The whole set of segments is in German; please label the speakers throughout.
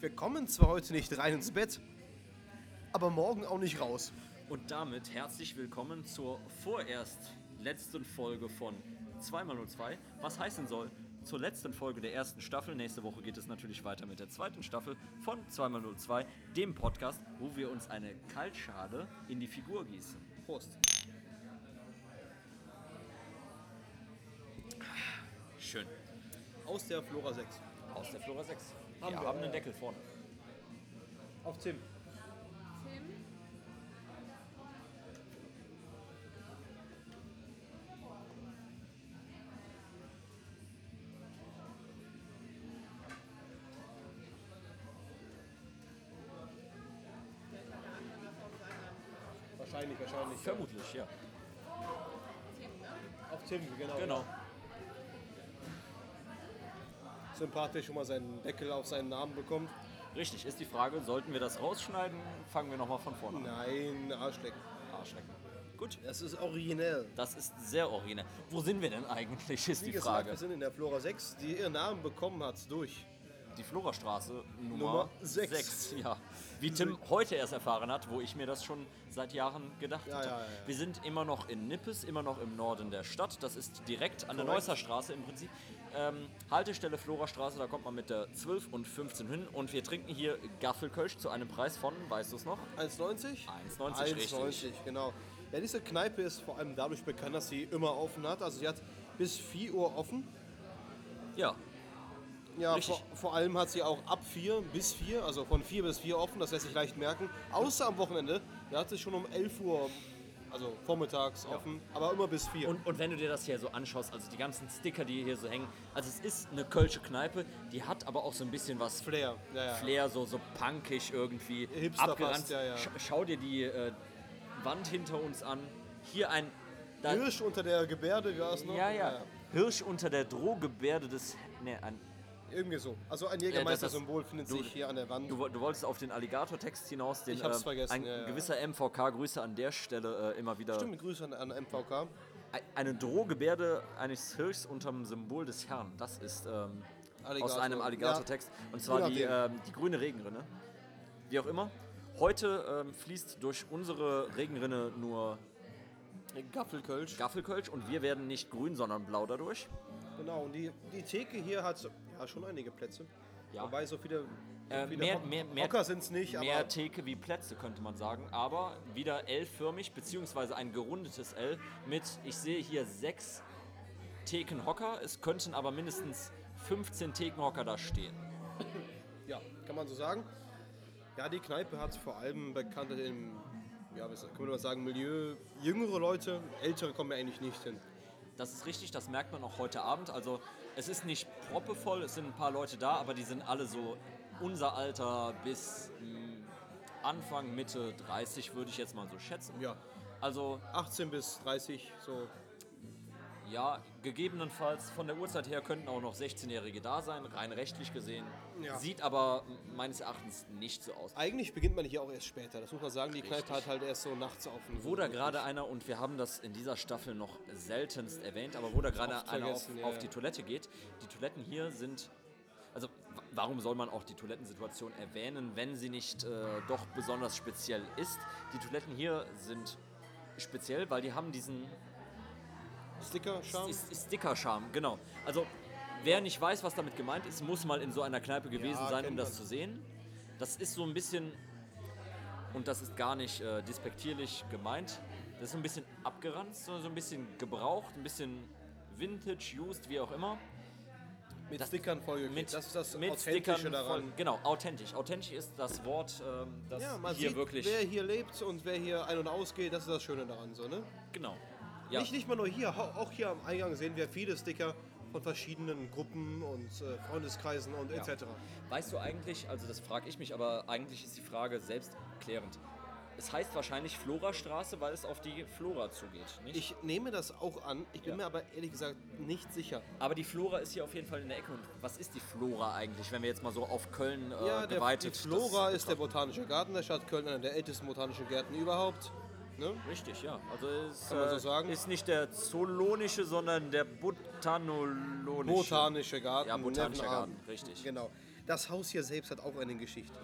Speaker 1: Wir kommen zwar heute nicht rein ins Bett, aber morgen auch nicht raus.
Speaker 2: Und damit herzlich willkommen zur vorerst letzten Folge von 2x02, was heißen soll, zur letzten Folge der ersten Staffel. Nächste Woche geht es natürlich weiter mit der zweiten Staffel von 2x02, dem Podcast, wo wir uns eine Kaltschade in die Figur gießen. Prost. Schön.
Speaker 1: Aus der Flora 6.
Speaker 2: Aus der Flora 6.
Speaker 1: Haben
Speaker 2: wir
Speaker 1: wir.
Speaker 2: haben einen Deckel vorne.
Speaker 1: Auf Tim. Wahrscheinlich, wahrscheinlich.
Speaker 2: Vermutlich, ja.
Speaker 1: Auf Tim, genau.
Speaker 2: Genau.
Speaker 1: Sympathisch schon mal seinen Deckel auf seinen Namen bekommt.
Speaker 2: Richtig, ist die Frage, sollten wir das rausschneiden? Fangen wir nochmal von vorne an.
Speaker 1: Nein, Arschleck.
Speaker 2: Arschlecken. Gut.
Speaker 1: Das ist originell.
Speaker 2: Das ist sehr originell. Wo sind wir denn eigentlich, ist
Speaker 1: Wie
Speaker 2: die
Speaker 1: gesagt,
Speaker 2: Frage.
Speaker 1: wir sind in der Flora 6, die ihren Namen bekommen hat durch.
Speaker 2: Die Florastraße Nummer,
Speaker 1: Nummer sechs.
Speaker 2: sechs, Ja. Wie Tim heute erst erfahren hat, wo ich mir das schon seit Jahren gedacht
Speaker 1: Ja,
Speaker 2: hatte.
Speaker 1: ja, ja, ja.
Speaker 2: Wir sind immer noch in Nippes, immer noch im Norden der Stadt. Das ist direkt an der
Speaker 1: Korrekt.
Speaker 2: Neusser Straße im Prinzip. Ähm, Haltestelle Florastraße, da kommt man mit der 12 und 15 hin. Und wir trinken hier Gaffelkölsch zu einem Preis von, weißt du es noch?
Speaker 1: 1,90?
Speaker 2: 1,90, richtig.
Speaker 1: 1,90, genau. Ja, diese Kneipe ist vor allem dadurch bekannt, dass sie immer offen hat. Also sie hat bis 4 Uhr offen.
Speaker 2: Ja,
Speaker 1: Ja,
Speaker 2: Richtig.
Speaker 1: vor, vor allem hat sie auch ab 4 bis 4, also von 4 bis 4 offen, das lässt sich leicht merken. Außer am Wochenende, da hat sie schon um 11 Uhr, also vormittags offen, aber immer bis 4.
Speaker 2: Und, und wenn du dir das hier so anschaust, also die ganzen Sticker, die hier so hängen, also es ist eine kölsche Kneipe, die hat aber auch so ein bisschen was
Speaker 1: Flair, ja, ja.
Speaker 2: Flair, so, so punkig irgendwie.
Speaker 1: Hipster
Speaker 2: abgeranzt.
Speaker 1: fast, ja, ja.
Speaker 2: Sch schau dir die äh, Wand hinter uns an. Hier ein. Da,
Speaker 1: Hirsch unter der Gebärde war es noch.
Speaker 2: ja, ja. Hirsch unter der Drohgebärde des. Ne, ein,
Speaker 1: Irgendwie so. Also ein
Speaker 2: äh, das- das-
Speaker 1: Jägermeister-Symbol findet
Speaker 2: du-
Speaker 1: sich hier an der Wand.
Speaker 2: Du, woll- du wolltest auf den Alligator-Text hinaus, den
Speaker 1: Ich hab's
Speaker 2: äh,
Speaker 1: vergessen,
Speaker 2: ein
Speaker 1: ja, ja.
Speaker 2: gewisser MVK-Grüße an der Stelle äh, immer wieder.
Speaker 1: Stimmt, Grüße an, an MVK.
Speaker 2: Ein- Eine Drohgebärde eines Hirschs unterm Symbol des Herrn. Das ist ähm, aus
Speaker 1: Alligator.
Speaker 2: einem Alligator-Text. Und zwar
Speaker 1: Oder
Speaker 2: die,
Speaker 1: den.
Speaker 2: ähm, die grüne Regenrinne. Wie auch immer. Heute ähm, fließt durch unsere Regenrinne nur
Speaker 1: Gaffelkölsch.
Speaker 2: Gaffelkölsch und wir werden nicht grün, sondern blau dadurch.
Speaker 1: Genau, und die, die Theke hier hat ja, schon einige Plätze.
Speaker 2: Ja.
Speaker 1: Wobei so viele, so
Speaker 2: Äh,
Speaker 1: viele
Speaker 2: mehr-
Speaker 1: Hock-
Speaker 2: mehr- mehr-
Speaker 1: Hocker sind es nicht,
Speaker 2: Mehr
Speaker 1: aber
Speaker 2: Theke wie Plätze, könnte man sagen. Aber wieder L-förmig, beziehungsweise ein gerundetes L mit, ich sehe hier sechs Thekenhocker. Es könnten aber mindestens 15 Thekenhocker da stehen.
Speaker 1: ja, kann man so sagen. Ja, die Kneipe hat vor allem bekannte im, ja, wie soll- kann man mal sagen, Milieu jüngere Leute, ältere kommen ja eigentlich nicht hin.
Speaker 2: Das ist richtig, das merkt man auch heute Abend. Also es ist nicht proppevoll, es sind ein paar Leute da, aber die sind alle so unser Alter bis mh, Anfang, Mitte 30 würde ich jetzt mal so schätzen.
Speaker 1: Ja,
Speaker 2: Also
Speaker 1: 18 bis 30, so.
Speaker 2: ja, gegebenenfalls von der Uhrzeit her könnten auch noch 16-Jährige da sein, rein rechtlich gesehen.
Speaker 1: Ja.
Speaker 2: Sieht aber meines Erachtens nicht so aus.
Speaker 1: Eigentlich beginnt man hier auch erst später, das muss man sagen, die
Speaker 2: Richtig.
Speaker 1: Kneipe hat halt erst so nachts offen.
Speaker 2: Wo da gerade einer, und wir haben das in dieser Staffel noch seltenst erwähnt, aber wo da gerade
Speaker 1: Oft
Speaker 2: einer auf,
Speaker 1: vergessen, ja,
Speaker 2: auf
Speaker 1: ja.
Speaker 2: die Toilette geht, die Toiletten hier sind. Also, w- warum soll man auch die Toilettensituation erwähnen, wenn sie nicht äh, doch besonders speziell ist? Die Toiletten hier sind speziell, weil die haben diesen
Speaker 1: Sticker-Charme?
Speaker 2: S- S- Sticker-Charme, genau. Also, wer nicht weiß, was damit gemeint ist, muss mal in so einer Kneipe gewesen
Speaker 1: Ja,
Speaker 2: sein, um
Speaker 1: kennt
Speaker 2: das
Speaker 1: man.
Speaker 2: zu sehen. Das ist so ein bisschen, und das ist gar nicht äh, despektierlich gemeint, das ist so ein bisschen abgeranzt, so so ein bisschen gebraucht, ein bisschen vintage, used, wie auch immer.
Speaker 1: Mit
Speaker 2: das-
Speaker 1: Stickern vollgeklebt,
Speaker 2: Mit,
Speaker 1: das ist das
Speaker 2: mit
Speaker 1: Authentische
Speaker 2: Stickern
Speaker 1: daran.
Speaker 2: Voll, genau, authentisch. Authentisch ist das Wort, ähm, das
Speaker 1: Ja, man
Speaker 2: hier
Speaker 1: sieht,
Speaker 2: wirklich.
Speaker 1: wer hier lebt und wer hier ein- und ausgeht, das ist das Schöne daran, so, ne?
Speaker 2: Genau. Ja.
Speaker 1: Nicht, nicht mal nur hier, hau- auch hier am Eingang sehen wir viele Sticker von verschiedenen Gruppen und äh, Freundeskreisen und etc.
Speaker 2: Weißt du eigentlich, also das frage ich mich, aber eigentlich ist die Frage selbstklärend. Es heißt wahrscheinlich Florastraße, weil es auf die Flora zugeht, nicht?
Speaker 1: Ich nehme das auch an, ich bin
Speaker 2: Ja.
Speaker 1: mir aber ehrlich gesagt nicht sicher.
Speaker 2: aber die Flora ist hier auf jeden Fall in der Ecke. Und was ist die Flora eigentlich, wenn wir jetzt mal so auf Köln äh,
Speaker 1: ja, der, die
Speaker 2: geweitet
Speaker 1: Flora
Speaker 2: das
Speaker 1: ist der
Speaker 2: betrachten?
Speaker 1: Botanische Garten der Stadt Köln, einer der ältesten botanischen Gärten überhaupt. Ne?
Speaker 2: Richtig, ja. Also es
Speaker 1: Kann man so
Speaker 2: äh,
Speaker 1: sagen?
Speaker 2: ist nicht der Zolonische, sondern der Botanolonische.
Speaker 1: Botanische Garten.
Speaker 2: Ja, Botanischer
Speaker 1: Nevenarm.
Speaker 2: Garten, richtig.
Speaker 1: Genau. Das Haus hier selbst hat auch eine Geschichte.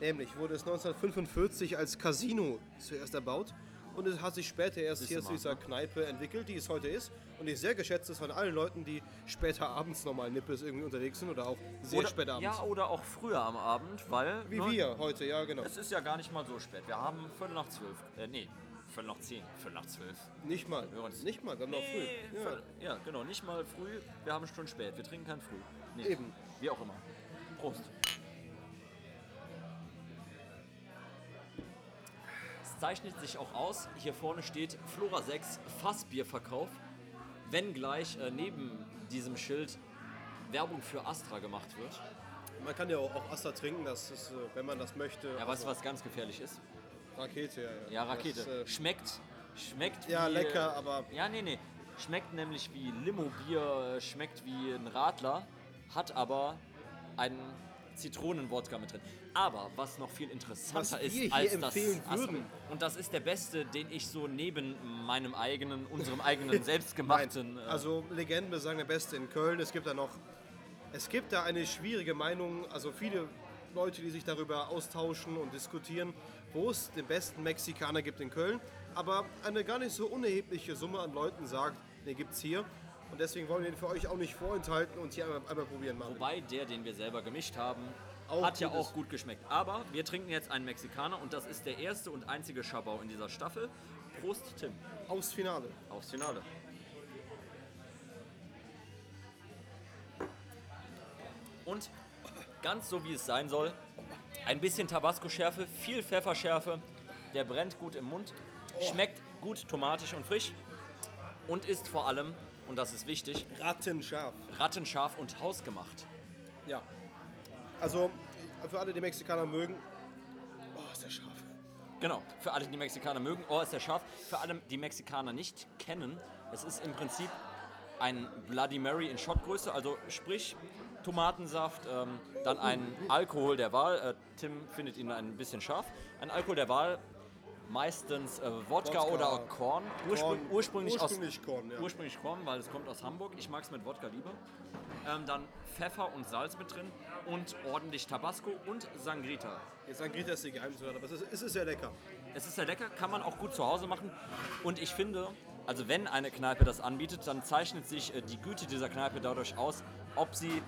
Speaker 1: Nämlich wurde es 1945 als Casino zuerst erbaut und es hat sich später erst
Speaker 2: Siehst
Speaker 1: hier
Speaker 2: du
Speaker 1: zu
Speaker 2: mal, ne?
Speaker 1: dieser Kneipe entwickelt, die es heute ist und die sehr geschätzt ist von allen Leuten, die später abends nochmal Nippes irgendwie unterwegs sind oder auch sehr
Speaker 2: oder,
Speaker 1: spät abends.
Speaker 2: Ja, oh, oder auch früher am Abend, weil.
Speaker 1: Wie
Speaker 2: ne,
Speaker 1: wir heute, ja genau.
Speaker 2: Es ist ja gar nicht mal so spät. Wir haben Viertel nach zwölf. Äh, nee, Viertel nach zehn. Viertel nach zwölf.
Speaker 1: Nicht mal.
Speaker 2: hören uns.
Speaker 1: Nicht mal, wir haben noch früh. Ja.
Speaker 2: Viertel- Äh, ja, genau. Nicht mal früh. Wir haben schon spät. Wir trinken kein Früh. Nee.
Speaker 1: Eben.
Speaker 2: Wie auch immer. Prost. Es zeichnet sich auch aus. Hier vorne steht Flora 6 Fassbierverkauf. Wenngleich äh, neben diesem Schild Werbung für Astra gemacht wird.
Speaker 1: Man kann ja auch, auch Astra trinken, das ist, äh, wenn man das möchte.
Speaker 2: Ja, weißt
Speaker 1: also
Speaker 2: du, was ganz gefährlich ist?
Speaker 1: Rakete, ja.
Speaker 2: Ja, Rakete.
Speaker 1: Das, äh,
Speaker 2: schmeckt, schmeckt
Speaker 1: ja,
Speaker 2: wie, äh,
Speaker 1: lecker, aber
Speaker 2: Ja, nee, nee. Schmeckt nämlich wie Limo-Bier, äh, schmeckt wie ein Radler, hat aber einen Zitronenwodka mit drin. Aber was noch viel interessanter
Speaker 1: Was wir
Speaker 2: ist
Speaker 1: hier
Speaker 2: als das
Speaker 1: empfehlen
Speaker 2: Astra-
Speaker 1: würden.
Speaker 2: und das ist der beste, den ich so neben meinem eigenen, unserem eigenen selbstgemachten. äh,
Speaker 1: Also Legenden besagen der Beste in Köln. Es gibt da noch, es gibt da eine schwierige Meinung. Also viele Leute, die sich darüber austauschen und diskutieren, wo es den besten Mexikaner gibt in Köln. Aber eine gar nicht so unerhebliche Summe an Leuten sagt, den gibt es hier. Und deswegen wollen wir den für euch auch nicht vorenthalten und hier einmal, einmal probieren machen.
Speaker 2: Wobei der, den wir selber gemischt haben,
Speaker 1: Auch
Speaker 2: hat ja
Speaker 1: gut ist.
Speaker 2: auch gut geschmeckt. Aber wir trinken jetzt einen Mexikaner und das ist der erste und einzige Schabau in dieser Staffel. Prost, Tim.
Speaker 1: Aufs Finale.
Speaker 2: Aufs Finale. Und ganz so wie es sein soll, ein bisschen Tabasco-Schärfe, viel Pfefferschärfe, der brennt gut im Mund, schmeckt gut tomatisch und frisch und ist vor allem, und das ist wichtig,
Speaker 1: Rattenscharf.
Speaker 2: rattenscharf und hausgemacht.
Speaker 1: Ja. Also für alle, die Mexikaner mögen. Oh, ist der scharf.
Speaker 2: Genau, für alle, die Mexikaner mögen, oh, ist der scharf. Für alle, die Mexikaner nicht kennen, es ist im Prinzip ein Bloody Mary in Schottgröße, also sprich Tomatensaft, ähm, dann ein Alkohol der Wahl. Äh, Tim findet ihn ein bisschen scharf. Ein Alkohol der Wahl, meistens äh, Wodka,
Speaker 1: Wodka.
Speaker 2: oder Korn. Urspr
Speaker 1: Korn.
Speaker 2: Ursprünglich,
Speaker 1: Ursprünglich
Speaker 2: aus,
Speaker 1: Korn, ja.
Speaker 2: ursprünglich Korn, weil es kommt aus Hamburg. Ich mag es mit Wodka lieber. Ähm, dann Pfeffer und Salz mit drin und ordentlich Tabasco und Sangrita.
Speaker 1: Jetzt sagen Greta ist die Geheimzutat, aber es ist, es ist sehr lecker.
Speaker 2: Es ist sehr lecker, kann man auch gut zu Hause machen. Und ich finde, also wenn eine Kneipe das anbietet, dann zeichnet sich äh, die Güte dieser Kneipe dadurch aus, ob sie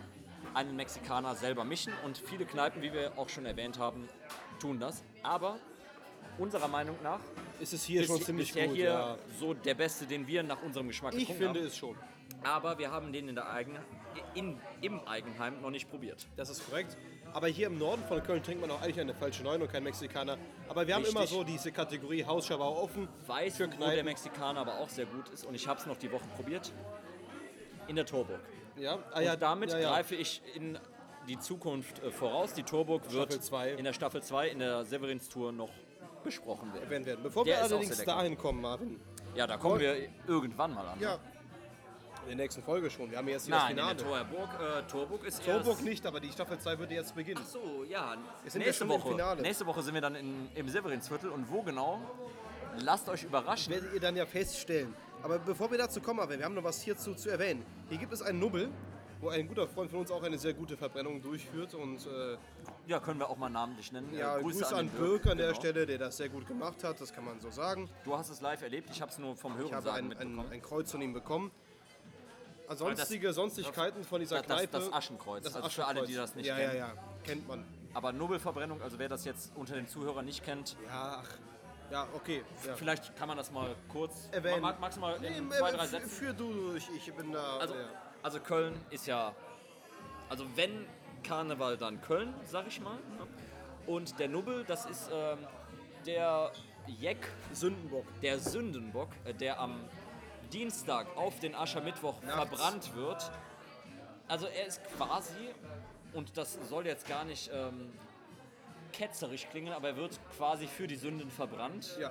Speaker 2: einen Mexikaner selber mischen. Und viele Kneipen, wie wir auch schon erwähnt haben, tun das. Aber unserer Meinung nach
Speaker 1: Ist es hier
Speaker 2: ist
Speaker 1: schon
Speaker 2: hi-
Speaker 1: ziemlich
Speaker 2: bisher
Speaker 1: gut.
Speaker 2: hier
Speaker 1: ja.
Speaker 2: so der beste, den wir nach unserem Geschmack
Speaker 1: Ich
Speaker 2: getrunken
Speaker 1: finde es schon.
Speaker 2: haben. Aber wir haben den in der eigenen, in, im Eigenheim noch nicht probiert.
Speaker 1: Das ist korrekt. Aber hier im Norden von Köln trinkt man auch eigentlich eine falsche Neun und kein Mexikaner. Aber wir haben
Speaker 2: Richtig.
Speaker 1: immer so diese Kategorie Hausschabau offen.
Speaker 2: Weiß,
Speaker 1: für
Speaker 2: wo der
Speaker 1: Kneipen.
Speaker 2: Mexikaner aber auch sehr gut ist. Und ich habe es noch die Woche probiert. In der Torburg.
Speaker 1: Ja, ah,
Speaker 2: Und
Speaker 1: ja
Speaker 2: damit
Speaker 1: ja, ja.
Speaker 2: greife ich in die Zukunft äh, voraus. Die Turburg wird
Speaker 1: Staffel zwei.
Speaker 2: in der Staffel 2 in der Severins-Tour noch besprochen werden.
Speaker 1: Werden, werden. Bevor
Speaker 2: Der
Speaker 1: wir
Speaker 2: ist auch
Speaker 1: allerdings
Speaker 2: sehr lecker.
Speaker 1: dahin kommen, Marvin.
Speaker 2: Ja, da kommen wir irgendwann mal an. ne?
Speaker 1: Ja. In der nächsten Folge schon. Wir haben jetzt hier
Speaker 2: Nein, in
Speaker 1: das
Speaker 2: der
Speaker 1: Finale.
Speaker 2: Torburg, äh, Torburg ist
Speaker 1: Torburg
Speaker 2: erst...
Speaker 1: nicht, aber die Staffel 2 würde jetzt beginnen.
Speaker 2: Ach so, ja.
Speaker 1: Jetzt sind wir
Speaker 2: nächste,
Speaker 1: schon im
Speaker 2: Woche,
Speaker 1: Finale.
Speaker 2: nächste Woche sind wir dann in, im Severinsviertel. Und wo genau? Lasst euch überraschen.
Speaker 1: werdet ihr dann ja feststellen. Aber bevor wir dazu kommen, aber wir haben noch was hierzu zu erwähnen. Hier gibt es einen Nubbel, wo ein guter Freund von uns auch eine sehr gute Verbrennung durchführt. Und äh,
Speaker 2: Ja, können wir auch mal namentlich nennen. Äh,
Speaker 1: ja, Grüße, an
Speaker 2: den
Speaker 1: Birk an der
Speaker 2: genau.
Speaker 1: Stelle, der das sehr gut gemacht hat, das kann man so sagen.
Speaker 2: Du hast es live erlebt, ich habe es nur vom
Speaker 1: Ich habe
Speaker 2: Hörensagen
Speaker 1: ein, ein,
Speaker 2: mitbekommen.
Speaker 1: ein Kreuz von ihm bekommen. Ansonstige
Speaker 2: das-
Speaker 1: Sonstigkeiten von dieser
Speaker 2: das- das-
Speaker 1: Kneipe.
Speaker 2: das Aschenkreuz, also für alle, die das nicht
Speaker 1: ja,
Speaker 2: kennen.
Speaker 1: Ja, ja, kennt man.
Speaker 2: Aber Nobelverbrennung, also wer das jetzt unter den Zuhörern nicht kennt,
Speaker 1: Ja, ach. Ja, okay. Ja.
Speaker 2: Vielleicht kann man das mal kurz
Speaker 1: Erwähnen.
Speaker 2: Mag, magst du mal
Speaker 1: Nee,
Speaker 2: in
Speaker 1: nee,
Speaker 2: zwei,
Speaker 1: nee,
Speaker 2: drei
Speaker 1: für-
Speaker 2: Sätzen?
Speaker 1: Für du, ich, ich bin da.
Speaker 2: Also,
Speaker 1: ja.
Speaker 2: also Köln ist ja. Also wenn Karneval, dann Köln, sag ich mal. ne? Und der Nubbel, das ist ähm, der Jeck,
Speaker 1: Sündenbock.
Speaker 2: der Sündenbock, äh, der am Dienstag auf den Aschermittwoch
Speaker 1: Nachts.
Speaker 2: verbrannt wird. Also er ist quasi, und das soll jetzt gar nicht ähm, ketzerisch klingen, aber er wird quasi für die Sünden verbrannt.
Speaker 1: Ja.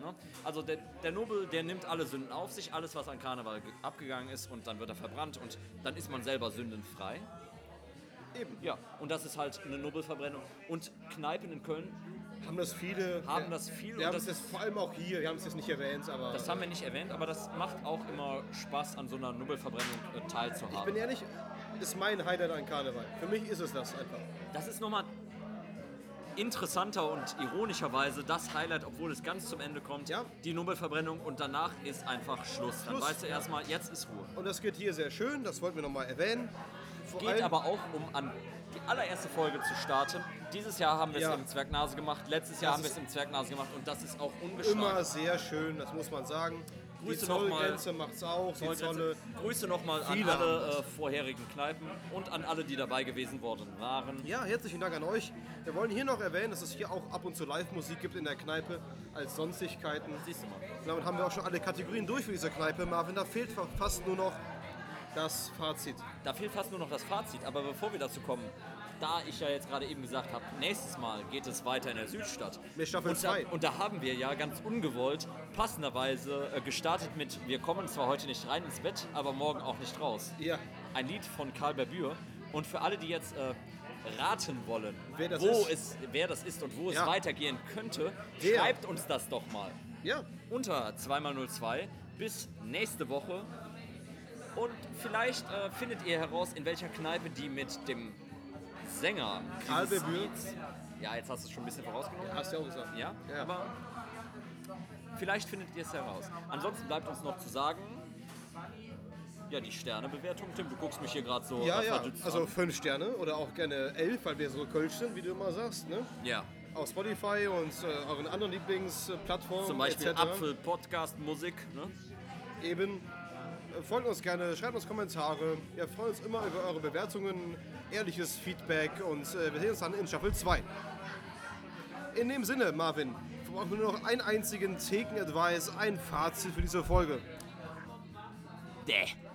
Speaker 2: Ne? Also der, der Nobel, der nimmt alle Sünden auf sich, alles, was an Karneval ge- abgegangen ist, und dann wird er verbrannt und dann ist man selber sündenfrei.
Speaker 1: Eben.
Speaker 2: Ja, und das ist halt eine Nobelverbrennung. Und Kneipen in Köln,
Speaker 1: Haben das viele.
Speaker 2: Haben
Speaker 1: ja.
Speaker 2: das viel
Speaker 1: Wir
Speaker 2: und
Speaker 1: haben
Speaker 2: das
Speaker 1: es jetzt
Speaker 2: ist-
Speaker 1: vor allem auch hier, wir haben es jetzt nicht erwähnt, aber.
Speaker 2: das haben wir nicht erwähnt, aber das macht auch immer Spaß, an so einer Nobelverbrennung äh, teilzuhaben.
Speaker 1: ich bin ehrlich, ist mein Highlight an Karneval. Für mich ist es das einfach.
Speaker 2: Das ist nochmal interessanter und ironischerweise das Highlight, obwohl es ganz zum Ende kommt,
Speaker 1: Ja.
Speaker 2: die Nobelverbrennung und danach ist einfach Schluss. Dann
Speaker 1: Schluss.
Speaker 2: weißt du erstmal, jetzt ist Ruhe.
Speaker 1: Und das geht hier sehr schön, das wollten wir nochmal erwähnen. Vor
Speaker 2: Geht aber auch, um an die allererste Folge zu starten. Dieses Jahr haben wir
Speaker 1: Ja.
Speaker 2: es im Zwergnase gemacht, letztes Jahr
Speaker 1: Das
Speaker 2: haben wir es
Speaker 1: ist-
Speaker 2: im Zwergnase gemacht und das ist auch ungeschlagen.
Speaker 1: immer sehr schön, das muss man sagen.
Speaker 2: Grüße
Speaker 1: die Zollgrenze macht's auch, die Zolle.
Speaker 2: Zollgrenze. Grüße nochmal an
Speaker 1: Viele
Speaker 2: alle äh, vorherigen Kneipen und an alle, die dabei gewesen worden waren.
Speaker 1: Ja, herzlichen Dank an euch. Wir wollen hier noch erwähnen, dass es hier auch ab und zu Live-Musik gibt in der Kneipe als Sonstigkeiten.
Speaker 2: Siehst du mal.
Speaker 1: Damit haben wir auch schon alle Kategorien durch für diese Kneipe. Marvin, da fehlt fa- fast nur noch das Fazit.
Speaker 2: Da fehlt fast nur noch das Fazit, aber bevor wir dazu kommen, da ich ja jetzt gerade eben gesagt habe, nächstes Mal geht es weiter in der Südstadt.
Speaker 1: Mit Staffel
Speaker 2: und, da,
Speaker 1: zwei.
Speaker 2: und da haben wir ja ganz ungewollt passenderweise äh, gestartet mit Wir kommen zwar heute nicht rein ins Bett, aber morgen auch nicht raus.
Speaker 1: Ja.
Speaker 2: Ein Lied von Karl Berbür. Und für alle, die jetzt äh, raten wollen,
Speaker 1: Wer das
Speaker 2: wo
Speaker 1: ist.
Speaker 2: Es, wer das ist und wo es
Speaker 1: Ja.
Speaker 2: weitergehen könnte,
Speaker 1: Wer?
Speaker 2: schreibt uns das doch mal
Speaker 1: Ja,
Speaker 2: unter 2x02. Bis nächste Woche. Und vielleicht äh, findet ihr heraus, in welcher Kneipe die mit dem Sänger
Speaker 1: Karl
Speaker 2: dieses
Speaker 1: Bebür.
Speaker 2: Lieds- Ja, jetzt hast du es schon ein bisschen vorausgenommen.
Speaker 1: hast du ja auch gesagt.
Speaker 2: Ja,
Speaker 1: Ja.
Speaker 2: aber vielleicht findet ihr es heraus. Ansonsten bleibt uns noch zu sagen, ja, die Sternebewertung. Tim, du guckst mich hier gerade so
Speaker 1: Ja,
Speaker 2: äh,
Speaker 1: ja,
Speaker 2: verdutzt
Speaker 1: also
Speaker 2: an.
Speaker 1: fünf Sterne oder auch gerne elf, weil wir so Kölsch sind, wie du immer sagst. Ne?
Speaker 2: Ja,
Speaker 1: Auf Spotify und äh, euren anderen Lieblingsplattformen.
Speaker 2: zum Beispiel
Speaker 1: etc.
Speaker 2: Apfel, Podcast, Musik. Ne?
Speaker 1: Eben. Äh, Folgt uns gerne, schreibt uns Kommentare. Wir freuen uns immer über eure Bewertungen, ehrliches Feedback und äh, wir sehen uns dann in Staffel 2. In dem Sinne, Marvin, wir brauchen nur noch einen einzigen Theken-Advice, ein Fazit für diese Folge.
Speaker 2: Däh.